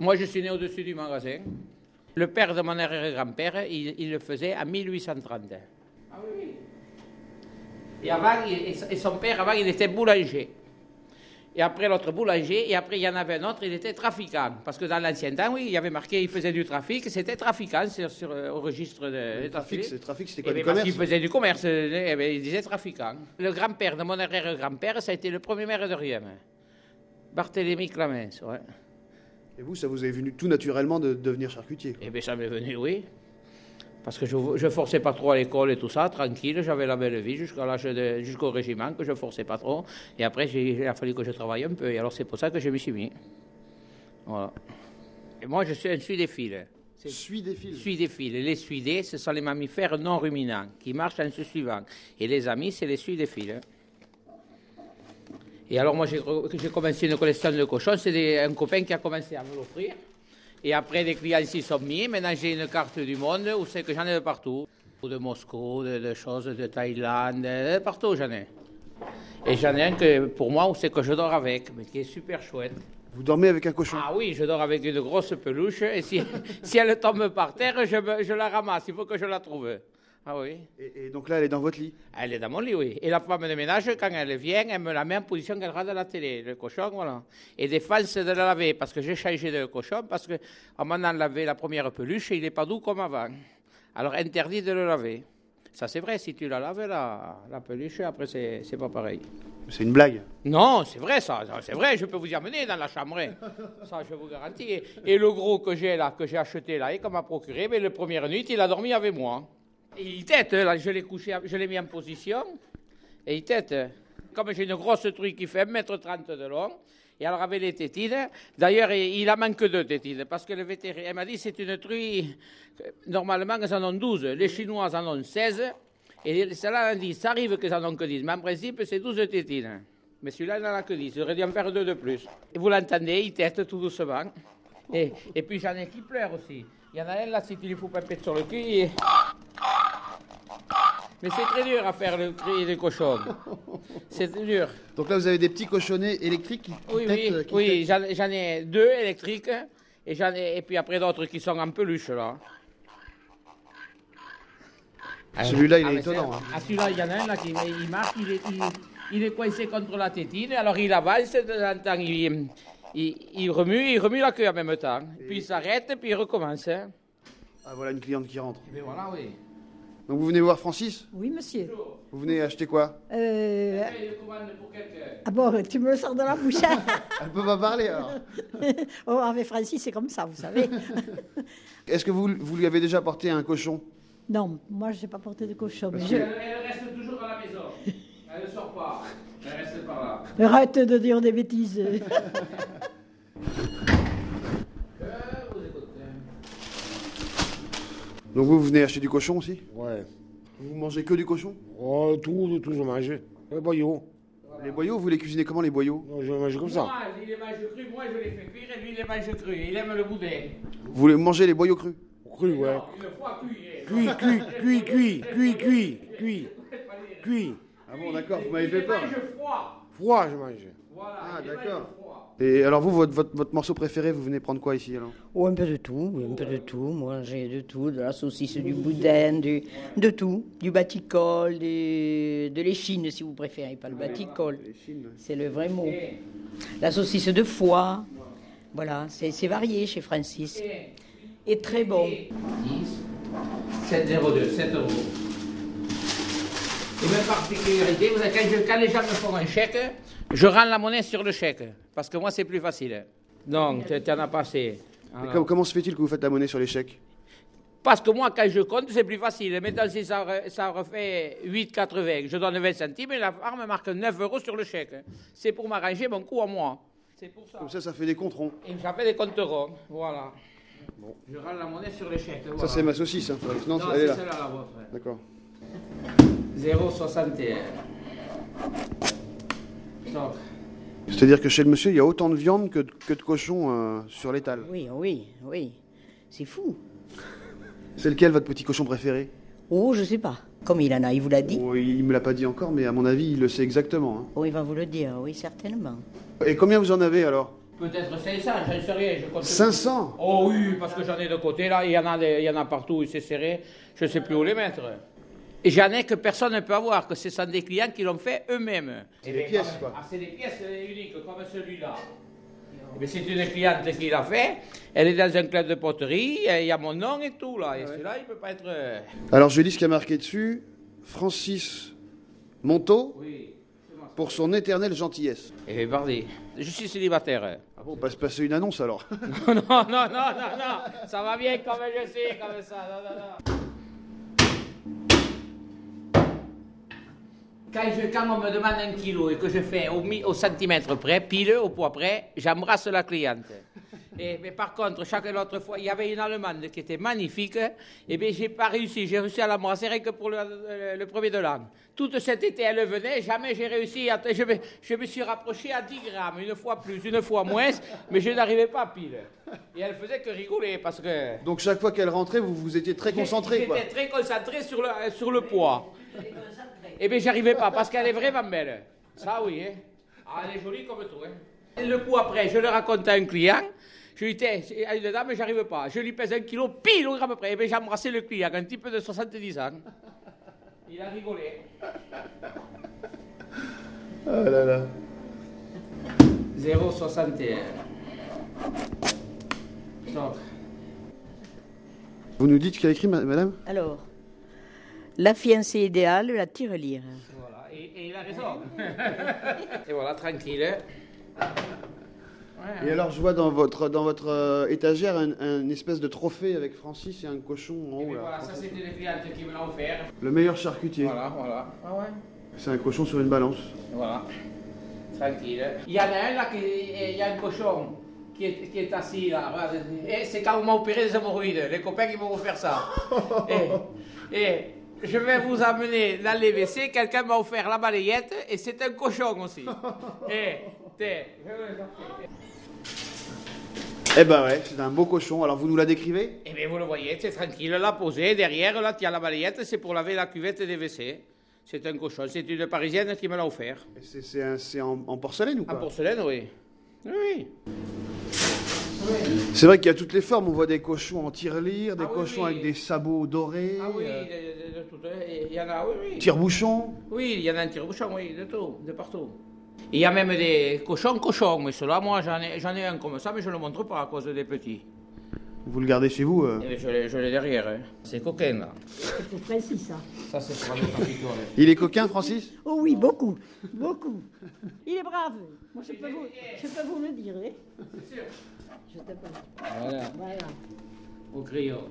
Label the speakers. Speaker 1: Moi, je suis né au-dessus du magasin. Le père de mon arrière-grand-père, il, il le faisait en 1830. Ah oui Et, avant, il- et son- et son père, avant, il était boulanger. Et après, l'autre boulanger. Et après, il y en avait un autre, il était trafiquant. Parce que dans l'ancien temps, oui, il y avait marqué, il faisait du trafic. C'était trafiquant sur, sur, euh, au registre de, des
Speaker 2: Trafic,
Speaker 1: trafics.
Speaker 2: c'est- trafic, c'était
Speaker 1: Eh bien,
Speaker 2: quoi du
Speaker 1: parce
Speaker 2: commerce
Speaker 1: qu'il faisait du commerce, euh, eh bien, il disait trafiquant. Le grand-père de mon arrière-grand-père, ça a été le premier maire de Riem. Barthélemy Clamens, ouais.
Speaker 2: Et vous, ça vous est venu tout naturellement de devenir charcutier quoi.
Speaker 1: Eh bien, ça m'est venu, oui. Parce que je ne forçais pas trop à l'école et tout ça, tranquille, j'avais la belle vie jusqu'à l'âge de- jusqu'au régiment, que je forçais pas trop. Et après, j'ai- il a fallu que je travaille un peu. Et alors, c'est pour ça que je m'y suis mis. Voilà. Et moi, je suis un sudéphile.
Speaker 2: Je suis des fils.
Speaker 1: Suidés files. Les suidés, ce sont les mammifères non ruminants qui marchent en se suivant. Et les amis, c'est les suidéphiles. hein. Et alors, moi, j'ai j'ai commencé une collection de cochons. C'est des- un copain qui a commencé à me l'offrir. Et après, les clients s'y sont mis. Maintenant, j'ai une carte du monde où c'est que j'en ai de partout. De Moscou, de, de choses, de Thaïlande, de partout, j'en ai. Et j'en ai un que, pour moi, où c'est que je dors avec, mais qui est super chouette.
Speaker 2: Vous dormez avec un cochon.
Speaker 1: Ah oui, je dors avec une grosse peluche et si, si elle tombe par terre, je, me- je la ramasse. Il faut que je la trouve. Ah oui.
Speaker 2: Et, et donc là, elle est dans votre lit.
Speaker 1: Elle est dans mon lit, oui. Et la femme de ménage, quand elle vient, elle me la met en position qu'elle regarde la télé, le cochon, voilà. Et des fois, c'est de la laver, parce que j'ai changé de cochon, parce que en m'en allant laver la première peluche, il n'est pas doux comme avant. Alors, interdit de le laver. Ça, c'est vrai, si tu la laves, la, la peluche, après, c'est c'est pas pareil.
Speaker 2: C'est une blague.
Speaker 1: Non, c'est vrai ça, ça, c'est vrai, je peux vous y amener dans la chambre. hein. Ça, je vous garantis. Et, et le gros que j'ai là, que j'ai acheté là et qu'on m'a procuré, mais le première nuit, il a dormi avec moi. Et il tête, là, je l'ai couché, je l'ai mis en position, et il tête. Comme j'ai une grosse truie qui fait 1m30 de long, et alors avec les tétines, d'ailleurs, il, il en manque deux tétines, parce que le vétérinaire m'a dit, c'est une truie, euh, normalement, ils en ont 12, les Chinois en ont 16, et cela en dit, ça arrive qu'ils en ont que 10, mais en principe, c'est 12 tétines. Mais celui-là, il n'en a que 10. J'aurais dû en faire deux de plus. Et vous l'entendez, il teste tout doucement. Et, et puis j'en ai qui pleurent aussi. Il y en a un là, si tu lui fous pas pète sur le cul, il- Mais c'est très dur à faire le cri des cochons. C'est très dur.
Speaker 2: Donc là, vous avez des petits cochonnets électriques qui, qui
Speaker 1: Oui,
Speaker 2: têtent,
Speaker 1: oui,
Speaker 2: euh, qui
Speaker 1: oui
Speaker 2: têtent.
Speaker 1: j'en j'en ai deux électriques et, j'en ai, et puis après d'autres qui sont en peluche là.
Speaker 2: Ah, Celui-là, il est
Speaker 1: mais
Speaker 2: étonnant,
Speaker 1: c'est-
Speaker 2: hein.
Speaker 1: Ah, celui-là, il y en a un là, qui il marche, il est, il, il est coincé contre la tétine, alors il avance de temps en temps, il, il, il remue, il remue la queue en même temps. Puis il s'arrête, puis il recommence. hein.
Speaker 2: Ah, voilà une cliente qui rentre.
Speaker 1: Mais voilà, oui.
Speaker 2: Donc vous venez voir Francis
Speaker 3: Oui, monsieur.
Speaker 2: Vous venez acheter quoi
Speaker 3: Euh,
Speaker 1: Je commande pour quelqu'un.
Speaker 3: ah bon, tu me sors de la bouche.
Speaker 2: Elle peut pas parler alors.
Speaker 3: oh, avec Francis, c'est comme ça, vous savez.
Speaker 2: Est-ce que vous, vous lui avez déjà porté un cochon
Speaker 3: non, moi, je n'ai pas porté de cochon. Mais
Speaker 2: Parce
Speaker 3: je...
Speaker 2: que-
Speaker 1: Elle reste toujours à la maison. Elle ne sort pas. Elle reste par là.
Speaker 3: Arrête de dire des bêtises.
Speaker 1: Euh,
Speaker 2: Donc vous, vous venez acheter du cochon aussi
Speaker 4: Ouais.
Speaker 2: Vous mangez que du cochon
Speaker 4: Oh, tout, tout, je mangeais. Les boyaux.
Speaker 2: Les boyaux, vous les cuisinez comment les boyaux
Speaker 4: Non, Je mangeais comme ça.
Speaker 1: Moi, Ah, il les mange cru, moi je les fais cuire et lui il les mange cru. Il aime le boudin. Ah,
Speaker 2: Vous les mangez les boyaux crus
Speaker 4: Cru, ouais.
Speaker 1: Une fois cuit.
Speaker 4: Cuit, cuit, cuit, cuit, cuit, cuit, cuit, cuit.
Speaker 2: Ah bon, d'accord, vous m'avez fait peur.
Speaker 1: Il les mange froid.
Speaker 4: Froid, je mangeais.
Speaker 1: Voilà.
Speaker 2: Ah,
Speaker 1: il les mange
Speaker 2: d'accord.
Speaker 1: froid.
Speaker 2: Et alors vous, votre, votre, votre morceau préféré, vous venez prendre quoi ici alors
Speaker 5: Oh, un peu de tout, oui, un peu de tout. Moi, j'ai de tout, de la saucisse, du boudin, du, de tout. Du baticole, des- de l'échine, si vous préférez, pas le baticole. C'est le vrai mot. La saucisse de foie. Voilà, c'est c'est varié chez Francis. Et très bon.
Speaker 1: 10, 7,02, 7 euros. Et ma particularité, vous savez, quand, je- quand les gens me font un chèque, je rends la monnaie sur le chèque, parce que moi c'est plus facile. Donc, tu tu en as passé.
Speaker 2: Et
Speaker 1: Ah.
Speaker 2: com- comment se fait-il que vous faites la monnaie sur l'échec
Speaker 1: Parce que moi, quand je compte, c'est plus facile. Maintenant, si ça, re- ça refait 8,80, je donne 20 centimes et la femme marque 9 euros sur le chèque. C'est pour m'arranger mon coup à moi. C'est pour ça.
Speaker 2: Comme ça, ça fait des comptes ronds.
Speaker 1: Et j'appelle des comptes ronds. Voilà. Je rends la monnaie sur le chèque.
Speaker 2: Ça,
Speaker 1: voilà.
Speaker 2: c'est ma saucisse, hein, Fabrice. Non,
Speaker 1: Non,
Speaker 2: elle est
Speaker 1: c'est
Speaker 2: là.
Speaker 1: celle-là, la vôtre.
Speaker 2: D'accord.
Speaker 1: 0,61. Donc,
Speaker 2: C'est-à-dire que chez le monsieur, il y a autant de viande que de, que de cochons euh, sur l'étal.
Speaker 5: Oui, oh oui, oui. C'est fou.
Speaker 2: C'est lequel votre petit cochon préféré
Speaker 5: Oh, je sais pas. Comme il en a, il vous l'a dit.
Speaker 2: Oh, Il me l'a pas dit encore, mais à mon avis, il le sait exactement. hein.
Speaker 5: Oh, il va vous le dire, oui, certainement.
Speaker 2: Et combien vous en avez alors
Speaker 1: Peut-être 500, je ne sais rien. Je compte
Speaker 2: 500
Speaker 1: Oh oui, parce que j'en ai de côté là, il y en a, des- il y en a partout, c'est serré, je ne sais plus où les mettre. Et j'en ai que personne ne peut avoir, que ce sont des clients qui l'ont fait eux-mêmes. C'est
Speaker 2: des pièces, quoi.
Speaker 1: Ah, c'est des pièces uniques, comme celui-là. Eh bien, c'est une cliente qui l'a fait, elle est dans un club de poterie, et il y a mon nom et tout là, et celui-là, il ne peut pas être... euh,
Speaker 2: Alors je lis ce qui a marqué dessus. Francis Monteau
Speaker 1: Oui.
Speaker 2: pour son éternelle gentillesse.
Speaker 1: Eh bien, pardi. Je suis célibataire.
Speaker 2: Ah bon, on passe passer une annonce alors.
Speaker 1: non, non, non, non, non, ça va bien comme je suis, comme ça, non, non, non. Quand, je- quand on me demande un kilo et que je fais au, mi- au centimètre près, pile au poids près, j'embrasse la cliente. Et, mais par contre, chaque autre fois, il y avait une Allemande qui était magnifique, et bien j'ai pas réussi, j'ai réussi à l'embrasser rien que pour le, le- le premier de l'an. Toute cet été, elle venait, jamais j'ai réussi, à, je, me, je me suis rapproché à 10 grammes, une fois plus, une fois moins, mais je n'arrivais pas pile. Et elle faisait que rigoler, parce que...
Speaker 2: Donc chaque fois qu'elle rentrait, vous vous étiez très concentré quoi.
Speaker 1: J'étais très concentré sur le, sur le poids. Eh bien, j'arrivais pas parce qu'elle est vraiment belle. Ça, oui. Hein. Ah, elle est jolie comme tout. Hein. Et le coup après, je le raconte à un client. Je lui dis, Tiens, c'est- à une dame, j'arrive pas. Je lui pèse un kilo pile au gramme près. Eh bien, j'ai embrassé le client, un type de 70 ans. Il a rigolé.
Speaker 2: Ah là là.
Speaker 1: 0,61. Donc,
Speaker 2: Vous nous dites ce qu'elle a écrit ma- madame
Speaker 5: Alors, la fiancée idéale, la tirelire.
Speaker 1: voilà. Et, et il a raison. et eh, voilà, tranquille. hein.
Speaker 2: Et alors je vois dans votre dans votre euh, étagère un, un espèce de trophée avec Francis et un cochon en
Speaker 1: Et
Speaker 2: haut
Speaker 1: puis
Speaker 2: là.
Speaker 1: voilà, ça c'était les clientes qui me l'ont offert.
Speaker 2: Le meilleur charcutier.
Speaker 1: Voilà, voilà. Ah ouais
Speaker 2: C'est un cochon sur une balance.
Speaker 1: Voilà. Tranquille. Il y en a un là, qui- il y a un cochon qui est, qui est assis là. Voilà. Et c'est quand on m'a opéré des hémorroïdes. Les copains qui vont vous faire ça. et, et je vais vous amener dans les WC. Quelqu'un m'a offert la balayette et c'est un cochon aussi. et, t'es-
Speaker 2: Eh ben ouais, c'est un beau cochon. Alors vous nous la décrivez
Speaker 1: Eh bien, vous le voyez, c'est tranquille, là, posé, derrière, là, tiens, la balayette, c'est pour laver la cuvette des WC. C'est un cochon, c'est une Parisienne qui me l'a offert.
Speaker 2: Et C'est c'est un- c'est en, en porcelaine ou
Speaker 1: En
Speaker 2: quoi
Speaker 1: porcelaine, oui. Oui.
Speaker 2: C'est vrai qu'il y a toutes les formes. On voit des cochons en tirelire, des
Speaker 1: Ah oui,
Speaker 2: cochons
Speaker 1: oui.
Speaker 2: avec des sabots dorés,
Speaker 1: Ah oui,
Speaker 2: euh,
Speaker 1: de, de- de tout. hein. Il y en a, oui, oui.
Speaker 2: tire-bouchons.
Speaker 1: Oui, il y en a un tire-bouchon, oui, de tout, de partout. Il y a même des cochons-cochons, mais cela, moi, j'en ai, j'en ai un comme ça, mais je ne le montre pas à cause des petits.
Speaker 2: Vous le gardez chez vous euh.
Speaker 1: Eh bien, je l'ai je l'ai derrière, hein. C'est coquin, là.
Speaker 3: C'est pour Francis, ça.
Speaker 1: Ça, c'est pour la Capitole.
Speaker 2: Il est coquin, Francis
Speaker 3: Oh oui, beaucoup, beaucoup. Il est brave. Moi, je peux vous, je peux vous le dire. hein. Je t'aime pas.
Speaker 1: Voilà,
Speaker 3: Voilà.
Speaker 1: au griot.